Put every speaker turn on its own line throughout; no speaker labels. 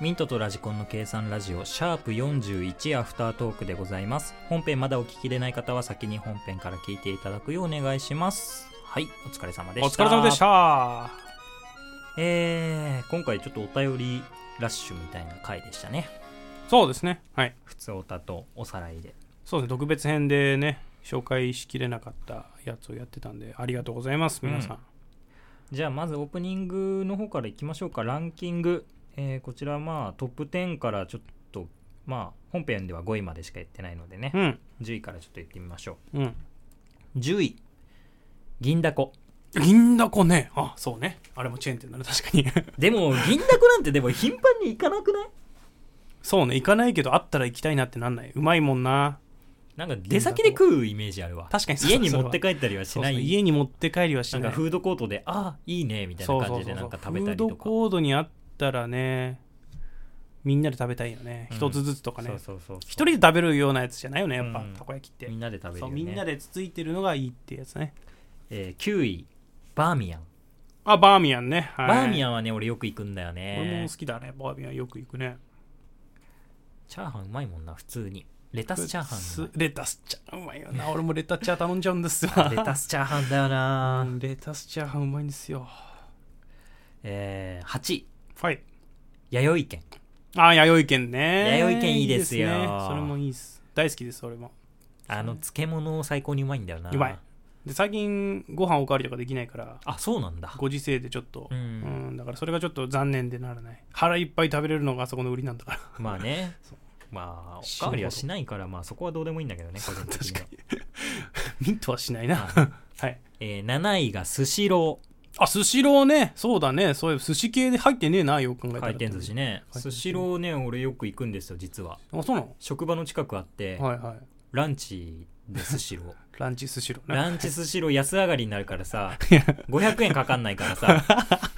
ミントとラジコンの計算ラジオ、シャープ41アフタートークでございます。本編まだお聞きでない方は先に本編から聞いていただくようお願いします。はい、お疲れ様で
お
した。
疲れ様でした。は
えー、今回ちょっとお便りラッシュみたいな回でしたね。
そうですね。はい。
普通おたとおさらいで。
そうですね。特別編でね、紹介しきれなかったやつをやってたんで、ありがとうございます、皆さん。
じゃあまずオープニングの方からいきましょうか。ランキング。えーこちらまあトップ10からちょっと、まあ本編では5位までしか言ってないのでね
う。ん。
10位からちょっと言ってみましょ
うん。
う。10位。銀だこ。
銀だこね。あ、そうね。あれもチェーン店だね、確かに。
でも銀だこなんてでも頻繁に行かなくない
そうね。行かないけど、あったら行きたいなってなんない。うまいもんな。
なんか出先で食うイメージあるわ。
確かにそう
家に持って帰ったりはし
そう
な
そう
い。
家に持って帰りはし
な
ない。
んかフードコートで、ああ、いいね、みたいな感じでなんか食べたり
フ
と
ード
か。
コードにあったらね、みんなで食べたいよね。
うん
一つずつとかね。
そうそうそうそう。
一人で食べるようなやつじゃないよね、やっぱ、
うん
たこ焼きって。
みんなで食べる
そ
よ、ね。
うみんなでつついてるのがいいってやつね
えー9位、バーミヤン。
あバーミヤンね、はい、
バーミヤ
ン
ンはね、俺よく行くんだよ
俺
ね
も。好きだねバーミヤンよく行くね
チャーハンうまいもんな、普通に。レタスチャーハンう
レタスチャーハンうまいよな俺もレタスチャー頼んじゃうんです よ
まい。レタスチャーハンだよな、
うんレタスチャーハンうまいんですよ
えー、8位、
はい
弥生県。
あ弥生県ね
弥生県いいですよ
ねそれもいいです大好きです俺も
あの、漬物最高にうまいんだよな。
うまいで最近ご飯おかわりとかできないから
あ、そうなんだ。
ご時世でちょっと、
う
うん
ん。
だからそれがちょっと残念でならない腹いっぱい食べれるのがあそこの売りなんだから
まあ ね
そう。
まあ、おかわりはしないから、まあそこはどうでもいいんだけどね、個人的には。
ミントはしないなはい
えー、7位がスシロ
あ、スシローね。そうだね。そういう寿司系で入ってねえな、よく考え
ー。
たら。
回転寿司ね。
回
ス
転寿司
シローね、俺よく行くんですよ、実は。
あ、そうなの
職場の近くあって、
はいはい。
ランチでス シロー。
ランチスシローね。
ランチスシロー安上がりになるからさ、500円かかんないから さ、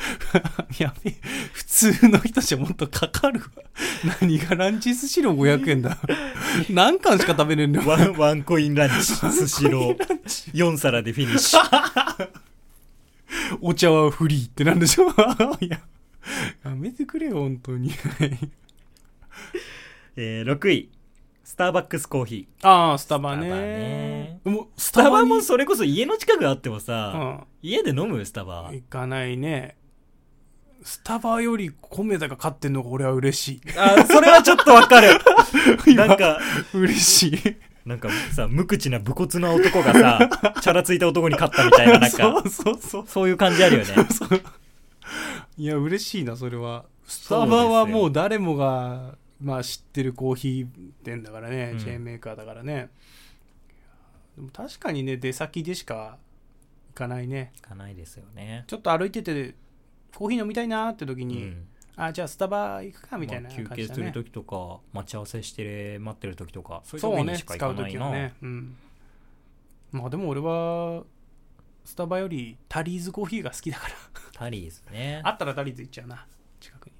やべえ。普通の人じゃもっとかかるわ。 何がランチスシロー500円だ。 何貫しか食べれるんだよ。
ワンワンコインランチ、スシロー。4皿でフィニッシュ。
お茶はフリーってなんでしょう いや。やめてくれよ、本 当に。
えー、6位、スターバックスコーヒー。
ああ、スタバ
スタバ
ね
ね。
もう、ス
スタバ
に
もそれこそ家の近くあっても
う
さ、
ん。
家で飲むスタバは。
行かないね。スタバより米田が勝ってんのが俺は嬉しい。
あ、それはちょっとわかる。なんか、
嬉しい。
なんかさ、無口な武骨な男が さ、チャラついた男に勝ったみたいな、なんか、
そうそうそう
そういう感じあるよね。
そういや嬉しいなそれはス
そう
タ
ですよ
バはもう誰もが、まあ、知ってるコーヒー店だからね、
うん
チェーンメーカーだからねでも確かにね出先でしか行かないね
いかないですよね。
ちょっと歩いててコーヒー飲みたいなーって時
う
に、
ん
あじゃあスタバ行くかみたいな
まあ
感じだ、ね
休憩する時とか待ち合わせして待ってる時とかそういう
そう
時に
ね
しか
使
行
う
かない
時
な、
はね、うん、まあでも俺はスタバよりタリーズコーヒーが好きだ から
タリーズね
あったらタリーズ行っちゃうな近くに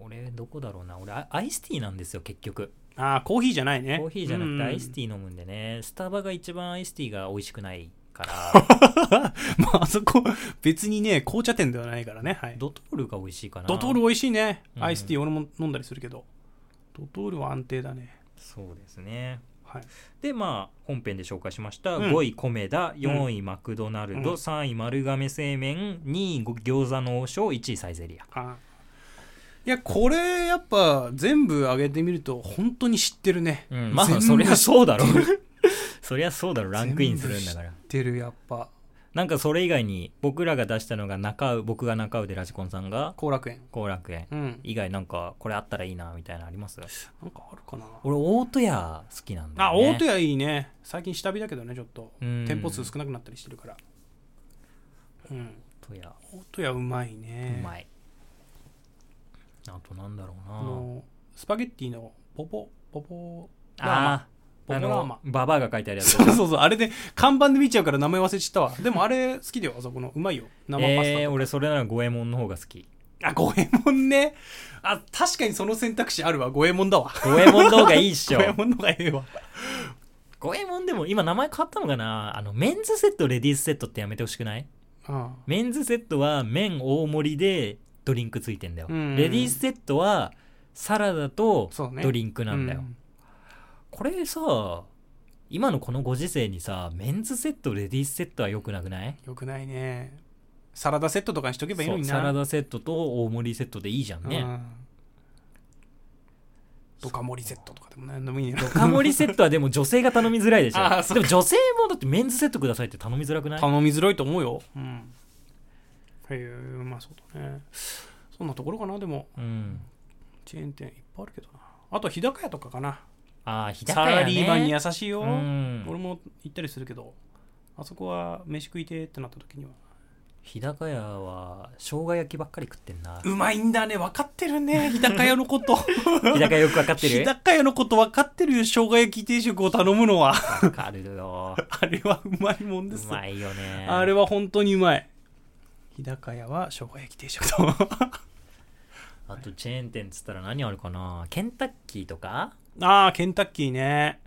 俺どこだろうな俺アアイスティーなんですよ結局
ああコーヒーじゃないね
コーヒーじゃなくてアイス
ィ
ティー飲むんでね、スタバが一番アイスティーが美味しくない から
ー まああそこ別にね紅茶店ではないからね、はい、
ドトールが美味しいかな
ドトール美味しいね
うん
アイスティー俺も飲んだりするけどドトールは安定だね
そうですね
はい
でまあ本編で紹介しました、
うん
5位コメダ4位マクドナルド、
うん
3位丸亀製麺2位餃子の王将1位サイゼリア
あーいやこれやっぱ全部上げてみると本当に知ってるね、
うんま
全
あ
部
そりゃ
知
そうだろ そりゃそうだろランクインするんだから
ってるやっぱ
なんかそれ以外に僕らが出したのが中尾僕が中尾でラジコンさんが
後楽園
後楽園
うん
以外なんかこれあったらいいなみたいなのあります
なんかあるかな
俺大戸屋好きなんだ
あ
よ、ね、
大戸屋いいね最近下火だけどねちょっと
うん
店舗数少なくなったりしてるからうん
大戸屋
大戸屋うまいうね
まいあとなんだろうな
あのスパゲッティのポポポポ
あ
ポポ
ーあ
ラーマ
のババアが書いてあるやつ
そうそうそうあれで看板で見ちゃうから名前忘れちゃったわでもあれ好きだよあそこのうまいよ生パスタとか、
えー、俺それなら五右衛門の方が好き
あ、五右衛門ね。あ、確かにその選択肢あるわ。五右衛門だわ。
五右衛門の方がいいっしょ
五右衛門の方がええわ。
五右衛門でも今名前変わったのかなあのメンズセットレディースセットってやめてほしくない
うん。
メンズセットは麺大盛りでドリンクついてんだよ、
うん
レディースセットはサラダと
そうね
ドリンクなんだよ、これさ今のこのご時世にさメンズセットレディースセットは良くなくない
よくないね。サラダセットとかにしとけばいいの
そう
にな。
サラダセットと大盛りセットでいいじゃんね、
うん。ドカ盛りセットとかでも何でもいいね。
ドカ盛りセットはでも女性が頼みづらいでし
あーそ
ょ
っ
で
か
も女性もだってメンズセットくださいって頼みづらくない
頼みづらいと思うよ。うん。へえ、まあそうだね。そんなところかな、でも。
うん
チェーン店いっぱいあるけどな。あとは日高屋とかかな。
ああ日
サ
高
ラ
屋、ね、
リーマンに優しいよ。
うん
俺も行ったりするけど、あそこは飯食いてってなった時には。
日高屋は生姜焼きばっかり食ってんな
うまいんだね、分かってるね、日高屋のこと。
日高屋よくわかって
日
る
高屋のこと分かってるよ、生姜焼き定食を頼むのは。
わかるよ
あれはうまいもんで
う
す。
まいよね
あれは本当にうまい。日高屋は生姜焼き定食と。
あとチェーン店っつったら何あるかなケンタッキーとか
ああ、ケンタッキーね。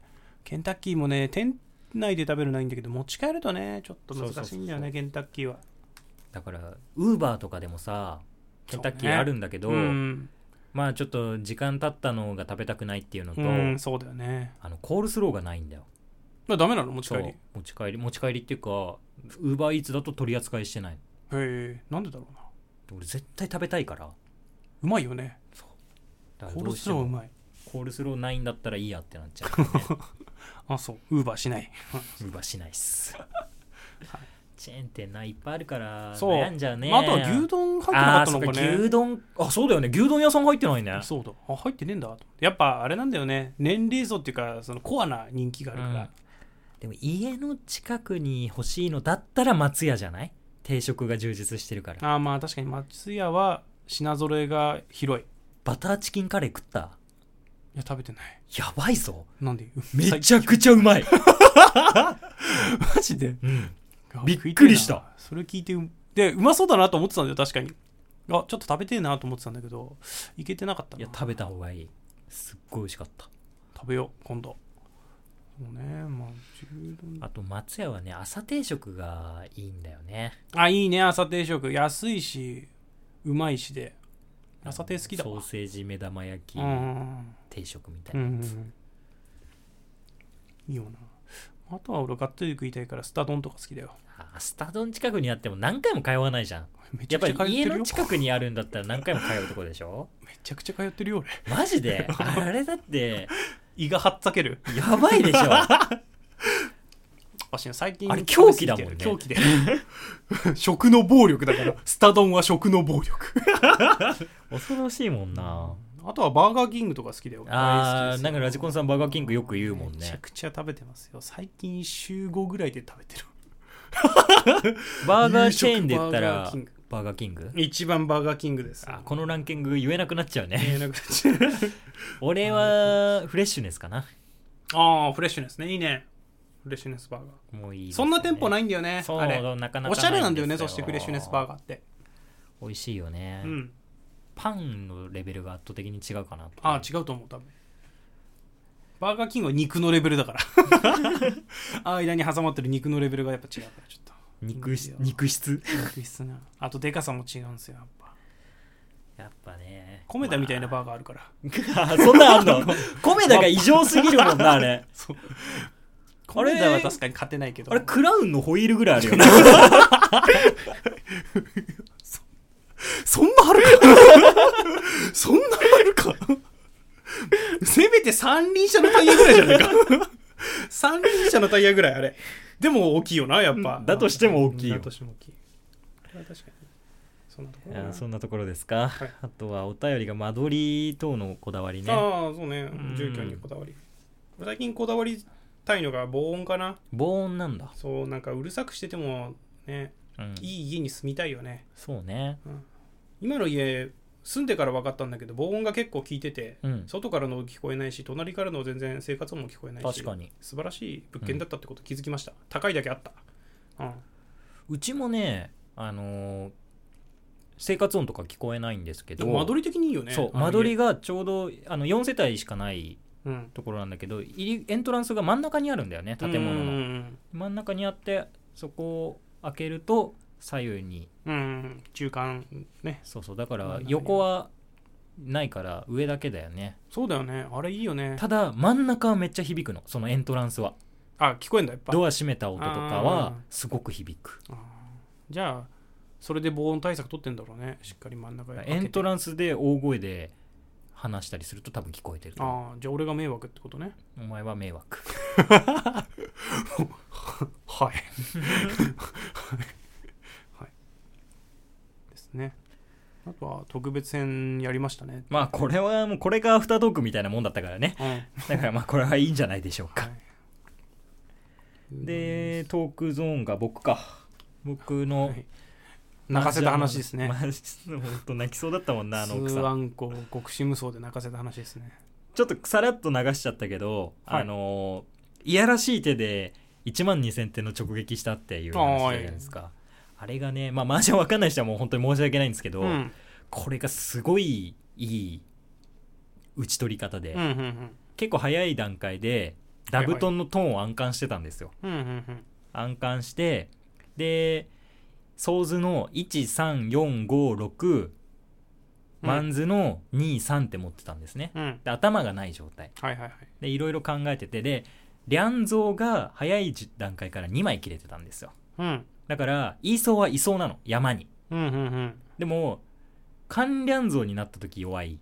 ケンタッキーもね、店内で食べるのはいいんだけど、持ち帰るとね、ちょっと難しいんだよね、ケンタッキーは。
だからウーバーとかでもさケンタッキ
そうね
ーあるんだけど、
うん、
まあちょっと時間経ったのが食べたくないっていうのと、
うん、そうだよね。
あのコールスローがないんだよ
まあ、ダメなの持ち帰
そう
り。へ
持ち帰り持ち帰りっていうかウーバーイーツだと取り扱いしてない
え、なんでだろうな。
俺絶対食べたいから
うまいよね。
だから
コー
ど
ル
うし
ス
て
ロ
も
ーうまい。
コールスローないんだったらいいやってなっちゃう からね、
あ、そう。ウーバーしない。
ウーバーしないっすチェーン店ないっぱいあるから
そう
悩んじゃうね
まあ、あとは牛丼入ってなか
あ
っ
あ
た
そ
の
っ
か
か
ね。
牛丼あそうだよね牛丼屋さん入ってないね
そうだ。あ、入ってねえんだと思って。やっぱあれなんだよね。年齢層っていうか、そのコアな人気があるから。
でも家の近くに欲しいのだったら松屋じゃない定食が充実してるから
ああ、まあ確かに松屋は品揃えが広い。
バターチキンカレー食った
いや、食べてない。
やばいぞ
なんで
め
ゃ
ちゃくちゃうまい、
マジで
うん、
あ
びっくりした
食いえなそれ聞いてうでうまそうだなと思ってたんだよ確かにあちょっと食べてえなと思ってたんだけどいけてなかった
い
な
や食べた方がいいすっごい美味しかった
食べよう今度そうねまあ牛丼
あと松屋はね朝定食がいいんだよね
あいいね朝定食安いしうまいしで朝定好きだ
ソ
わ
ーセージ目玉焼き
うん
定食みた
うんう
いな、
んいいよなあとは俺がっつり食いたいからスタ丼とか好きだよ
あスタ丼近くにあっても何回も通わないじゃん
めち
や
ゃ
っ
く
ぱ
ちゃ通
り
って
家
るよ
の近くにあるんだったら何回も通うとこでしょ
めちゃくちゃ通ってるよ俺
マジで あれだって
胃がはっつける
やばいでし ょ
わしね最近
あれ狂気だもんね
狂気で 食の暴力だからスタ丼は食の暴力
恐ろしいもんな
あとはバーガーキングとか好きだよ
あ
大好きです
ーなんかラジコンさんバーガーキングよく言うもん
めちゃ
ね
くちゃ食べてますよ最近週5ぐらいで食 べてる
バーガーチェーンで言った
バーガー
ら
キング
バーガーキング
一番バーガーキングです
あこのランキング 言えなくなっちゃうね
えーなんか
俺はフレッシュネスかな
ああフレッシュネスねいいねフレッシュネスバーガー
もういいですね、
そんな店舗ないいんだよね
そう
あれ
なかなか
おしゃれなんだよね
い
そしてフレッシュネスバーガーって
美味しいよね、
うん
パンのレベルが圧倒的に違うかなと
ああ違うと思う多分バーガーキングは肉のレベルだから あー間に挟まってる肉のレベルがやっぱ違うからちょっと
肉
いい
し
よ
肉質
肉質なあとでかさも違うんですよやっぱ
やっぱね
米田みたいな
ま
バーガーあるから、
あ そんなんあんの米田が異常すぎるもんなあれあれ
米田は確かに勝てないけど
あれクラウンのホイールぐらいある よね
そんなあるか そんなあるかせめて三輪車のタイヤぐらいじゃない か三輪車のタイヤぐらいあれでも大きいよなやっぱ
だとしても大きいよ
だとしても大きいこれは確かにそんなと
い
ころかな
やそんなところですか、
はい
あとはお便りが間取り等のこだわりね
ああそうね
ん
住居にこだわり最近こだわりたいのが防音かな
防音なんだ、
そうなんかうるさくしててもね
うん、
いい家に住みたいよね
そうね
今の家住んでから分かったんだけど防音が結構効いてて、
うん
外からの音聞こえないし隣からの全然生活音も聞こえない
確
し
かに
素晴らしい物件だったってこと気づきました、高いだけあった、うん、
うちもねあのー生活音とか聞こえないんですけ
で
ど
も間取り的にいいよね
そう
あの
間取りがちょうどあの4世帯しかない
家うん
ところなんだけど入りエントランスが真ん中にあるんだよね建物
う
の
ん
真ん中にあってそこを開けると左右に
うんうん中間ね
そうそうだか
真ん
ら
中に
横はないから上だけだよね
そうだよねあれいいよね
ただ真ん中はめっちゃ響くのそのエントランスは
あ聞こえんだやっぱ
ドア閉めた音とかは
あ
すごく響く
あーじゃあそれで防音対策取ってんだろうねしっかり真ん中開けて
エントランスで大声で話したりすると多分聞こえてると思う
ああじゃあ俺が迷惑ってことね
お前は迷惑
はい はいですねあとは特別編やりましたね
まあこれはもうこれがアフタートークみたいなもんだったからね
うんはい
だからまあこれはいいんじゃないでしょうかでトークゾーンが僕か僕
うん
の
はい泣かせた話ですね
マジ本当泣きそうだったもんなあの奥
ス
さ
ーア
ん
ンコ極死無双で泣かせた話ですね
ちょっとさらっと流しちゃったけど、
は
あ
い
のいやらしい手で1万2000点の直撃したっていう話じゃないですかあれがねまあマージャンわかんない人はもう本当に申し訳ないんですけど、
うん
これがすごいいい打ち取り方で、
うんうん
結構早い段階でダブトンのトーンを暗冠してたんですよ、
うんうんうんうん
暗冠してでソーズの13456マンズの23って持ってたんですね、
うん
で頭がない状態
はいはいはい
でいろいろ考えててでリャンゾーが早い段階から2枚切れてたんですよ
うん
だからイーソーはいそうなの山に
うんうん
でもカンリャンゾーになった時弱い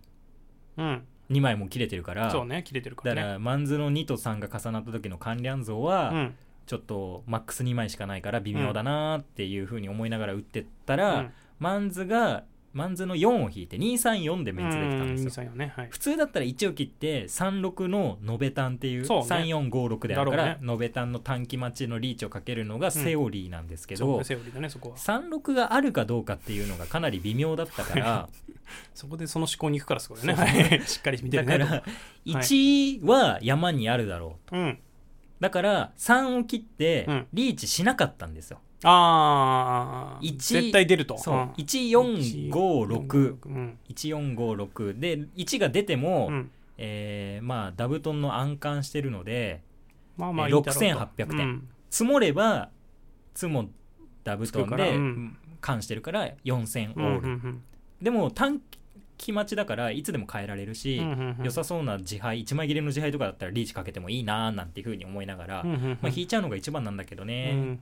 うんうん
2枚も切れてるから
そうね切れてるか
だ
ら
か
ね
らマンズの2と3が重なった時のカンリャンゾーは、
うん
ちょっとマックス2枚しかないから微妙だなーっていうふうに思いながら打ってったら、
うん
マンズがマンズの4を引いて234でメンツできたんですよ、
よ。234ね。はい。
普通だったら1を切って36の延べ単っていう
そうね
3456であるから
だろう
延べ単の短期待ちのリーチをかけるのがセオリーなんですけ
そう
ど、
ねセオリーだね、そこは。
36があるかどうかっていうのがかなり微妙だったから
そこでその思考に行くからすごいね。
そう
はいしっかり 見て
だ
る
か
ね。
ら1は山にあるだろう
うん。
だから3を切って
うん
リーチしなかったんですよ、
ああ、
一
絶対出ると。
そうん1456
うん。
1456で1が出ても、
うん
えーまあダブトンの暗冠してるので
まあまあ
え
い
ー
いだろうと、
6800点
うん
積もれば積もダブトン
つくから
で
うん
冠してるから4000オ
うん
ー
うん
ル、でも短期待ちだからいつでも変えられるし、
うんうんうん
良さそうな自敗1枚切れの自敗とかだったらリーチかけてもいいなーなんていうふうに思いながら、
うんうんうん
まあ、引いちゃうのが一番なんだけどね、
う
っ
ん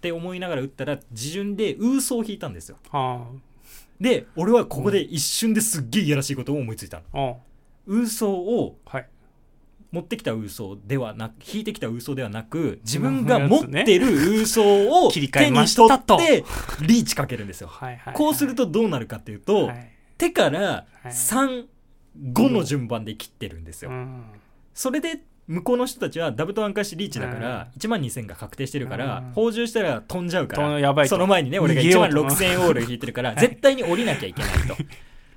て思いながら打ったら自順でウーソを引いたんですよ
は
で俺はここで一瞬ですっげえいやらしいことを思いついたの、
あ。あ
ウーソを
あはい。
持ってきた嘘ではなく引いてきた嘘ではなく自分が持ってる嘘を 手
切り替え
に
まし
取
た
っ
と
てリーチかけるんですよ
はいはい。
こうするとどうなるかっていうと、
はい、
手から
い
35の順番で切ってるんですよ、
うん。
それで向こうの人たちはダブト暗化してリーチだから1万2000が確定してるから
うん
放獣したら飛んじゃうか
と
ら
やばいと
その前にね俺が
逃げよ
1
う
万
と
6000オール引いてるから絶対に降りなきゃいけない と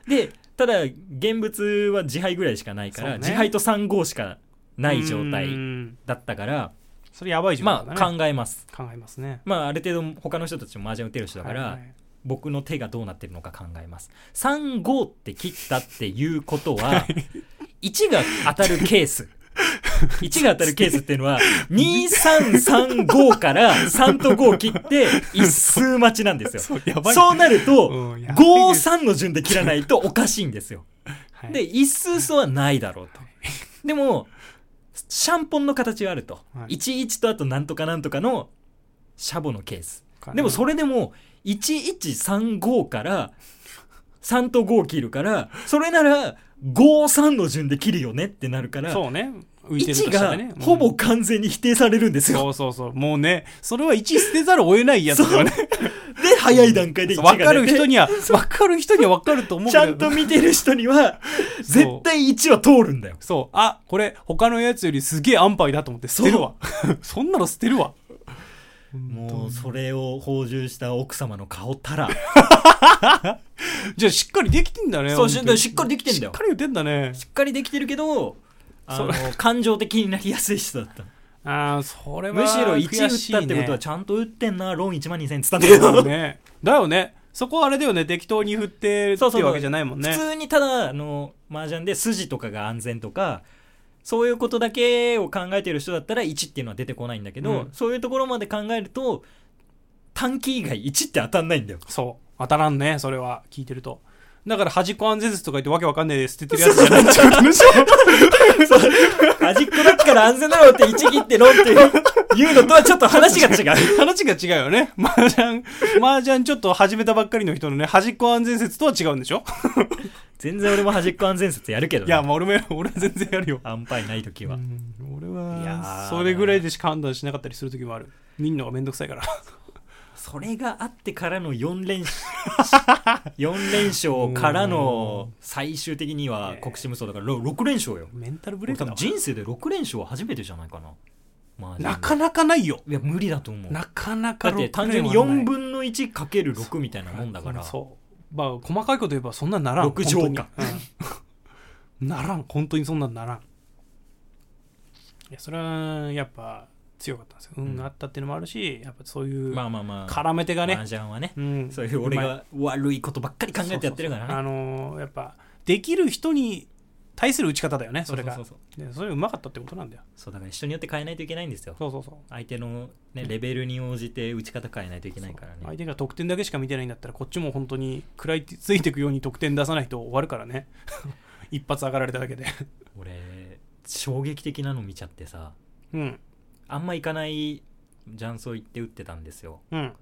でただ現物は自敗ぐらいしかないから、
そうね
自敗と3号しかない状態
うん
だったから、
それやばい状態だ
ま
ね。
あ考えます
考えますね。
まあある程度他の人たちも麻雀打てる人だから、
はいはい
僕の手がどうなってるのか考えます35って切ったっていうことは1が当たるケース1が当たるケースっていうのは2335から3と5を切って一数待ちなんですよ
そう、やばい。
そうなると
うんやばいです
53の順で切らないとおかしいんですよ
はい
で一数素はないだろうとでもシャンポンの形があると
はい
11とあとなんとかなんとかのシャボのケースでもそ
れ、
れでも1135から3と5を切るからそれなら53の順で切るよねってなるから
そうね。浮いてると
1
したら
が
ね。うん
ほぼ完全に否定されるんですよ。
そうそうそう。もうね、それは1捨てざるを得ないやつだよね。
で早い段階で1が
分
出て
かる人 には、分かる人には分かると思う
ち
けど
ゃんと見てる人に は絶対1は通るんだよ。
そう。あ、これ、他のやつよりすげえ安牌だと思って捨てるわ。 そんなの捨てるわ。
もうそれを放獣した奥様の顔た ら
じゃあ、しっかりできてんだね。
そう
本当に
しっかりできてんだよ
しっかり打てんだね。
しっかりできてるけどあの感情的になりやすい人だった。
ああ、それは、
むしろ1打ったってことは
ち
ちゃんと打ってんなロン1万2000っつったんだ
ゃ
け
んと
ど。
ね。だよね。そこはあれだよね、適当に振ってって
そうそう
いうわけじゃないもんね。
普通にただあの麻雀で筋とかが安全とかそういうことだけを考えてる人だったら1っていうのは出てこないんだけど、
うん
そういうところまで考えると短期以外1って当たんないんだ よ
そう。当たらんね、それは。聞いてると。だから端っこ安全説とか言ってわけわかんないですって言ってるやつじゃ ないってことでしょ
端っこだから安全だろうって1切ってろっていう言うのとはちょっと話が 違う
話が違うよね。麻雀、麻雀ちょっと始めたばっかりの人のね、端っこ安全説とは違うんでしょ
全然俺も端っこ安全説やるけど、
い
ね、
や、まあ俺もやる、俺は全然やるよ。
安牌ない時は、
うん俺
いやー
はそれぐらいでしか判断しなかったりする時もある見んのがめんどくさいから
それがあってからの4連 4連勝からの最終的には国士無双だから6連勝よ
メンタルブレ
俺
イク
多
だ
分
わ
人生で6連勝は初めてじゃないかなまあ
なかなかないよ
いや無理だと思う
なかなか
だって単純に4分の1かける6みたいなもんだから
そうまあ細かいこと言えばそんなんならん
六乗か
本当にうん ならん本当にそんなんならんいやそれはやっぱ強かったんですよ運があったっていうのもあるしやっぱそういう
まあまあまあ
絡め手がね
麻雀はね
うん
そういう俺が悪いことばっかり考えてやってるからね
そうそうそうあのーやっぱできる人に対する打ち方だよねそれが
そうそうそう
ねそれうまかったってことなんだよ
そうだから人によって変えないといけないんですよ
そうそうそう
相手の、ね、レベルに応じて打ち方変えないといけないから
相
ね
手が得点だけしか見てないんだったらこっちも本当に食らいついていくように得点出さないと終わるからね 一発上がられただけで
俺衝撃的なの見ちゃってさ
うん
あんま行かない雀荘行って打ってたんですよ
うん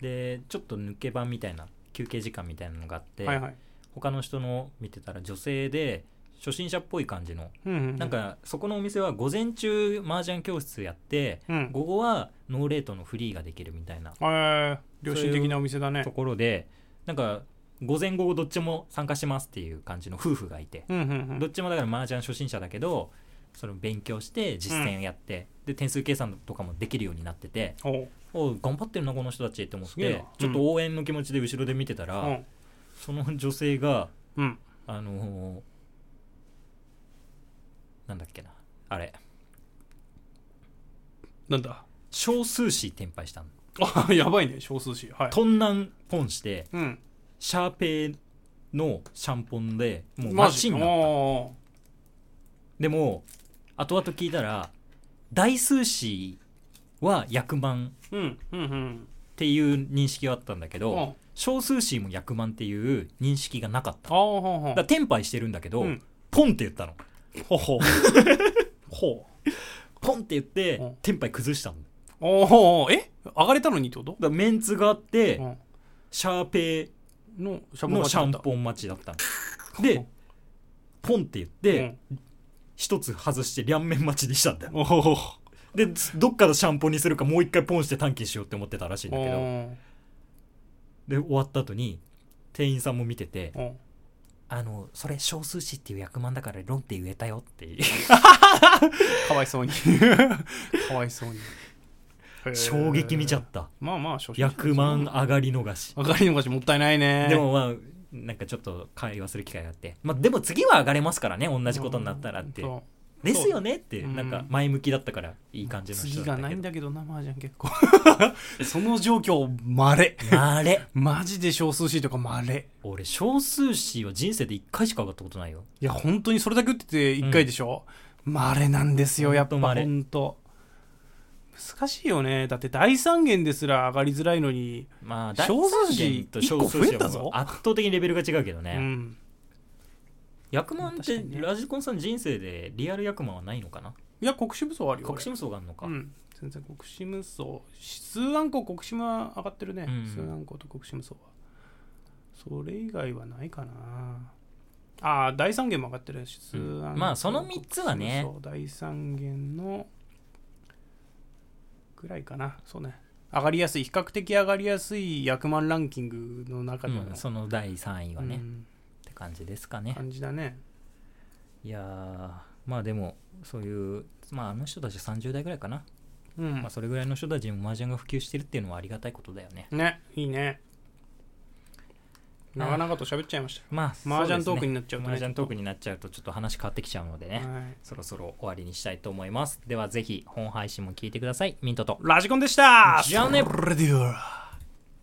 でちょっと抜け番みたいな休憩時間みたいなのがあって、
はいはい
他の人の見てたら女性で初心者っぽい感じの、
うんうん
なんかそこのお店は午前中麻雀教室やって、
うん
午後はノーレートのフリーができるみたいな
えー良心的なお店だね
ところでなんか午前午後どっちも参加しますっていう感じの夫婦がいて、
うんうんうん
どっちもだから麻雀初心者だけどその勉強して実践やって、で点数計算とかもできるようになってて
おう
おう頑張ってるなこの人たちって思っ
すげえな
てちょっと応援の気持ちで後ろで見てたら、
うん
その女性が
うん
あのーなんだっけなあれ
なんだ
小数詞転廃したの
あやばいね少数詞はい
トンナンポンして
うん
シャーペーのシャンポンでもうマシンになった
お
でも後々聞いたら大数詞は役満
ーうんうんうん
っていう認識があったんだけ
うん
ど小数詞も役満っていう認識がなかった
あーほうほう
だから転廃してるんだけど、
うん
ポンって言ったの
ほうほうほう
ポンって言って
うん
転廃崩したのだか
おーほうほうえ上がれたのにってこと
らメンツがあって、
うん
シャーペー
のシャボン
の
が
シャン
立った
ポン待ちだったのでポンって言って一、つ外して両面待ちにしたんだよ
うんおお
でどっからシャンポンにするかもう一回ポンして短期にしようって思ってたらしいんだけど
お
で終わった後に店員さんも見てて
ー
「あのそれ小数詞っていう役満だから論って言えたよ」っていう
かわいそうに かわいそうにへー
衝撃見ちゃった
まあまあ初心者
役満上がり逃し
上がりのしもったいないね
でもまあなんかちょっと会話する機会があって、まあ、でも次は上がれますからね同じことになったらって
そう
ですよねって
うん
なんか前向きだったからいい感じの人
次
だ
が
った
ない
け
ん
ど
だけどな麻雀結構 その状況まれ
あれ
マジで少数シーとかまれ
俺小数詞は人生で1回しか上がったことないよ
いや本当にそれだけ打ってて1回でしょ、まれなんですよやっぱ
ほんと稀
本当難しいよねだって大三元ですら上がりづらいのに
まあ
小数字
第三元と小数
一個
字
増えたぞ
はもう圧倒的にレベルが違うけどね、
うん
役満っ
確
て
かにね
ラジコンさん人生でリアル役満はないのかない
や国士武装あるよ
国士無双があるのか、
うん、全然国士無双数案個国士無は上がってるね、
うん
数案個と国士無双はそれ以外はないかなああ第三元も上がってるし数案
まあその三つはね
そう第三元のぐらいかなそうね上がりやすい比較的上がりやすい役満ランキングの中での、
うんその第3位はね、
う
っ
ん
て感じですかね
感じだね
いやーまあでもそういうまああの人たち30代ぐらいかな、
うん
まあ、それぐらいの人たちにも麻雀が普及してるっていうのはありがたいことだよね
ねいいね長々と喋っちゃいまし
まあ
た麻雀トークに
なっ
なっち
ち
ゃうとね
麻雀トークになっちゃうとちょっと話変わってきちゃうのでね、
はい
そろそろ終わりにしたいと思いますではぜひ本配信も聞いてくださいミントと
ラジコンでした
じゃあね
それでは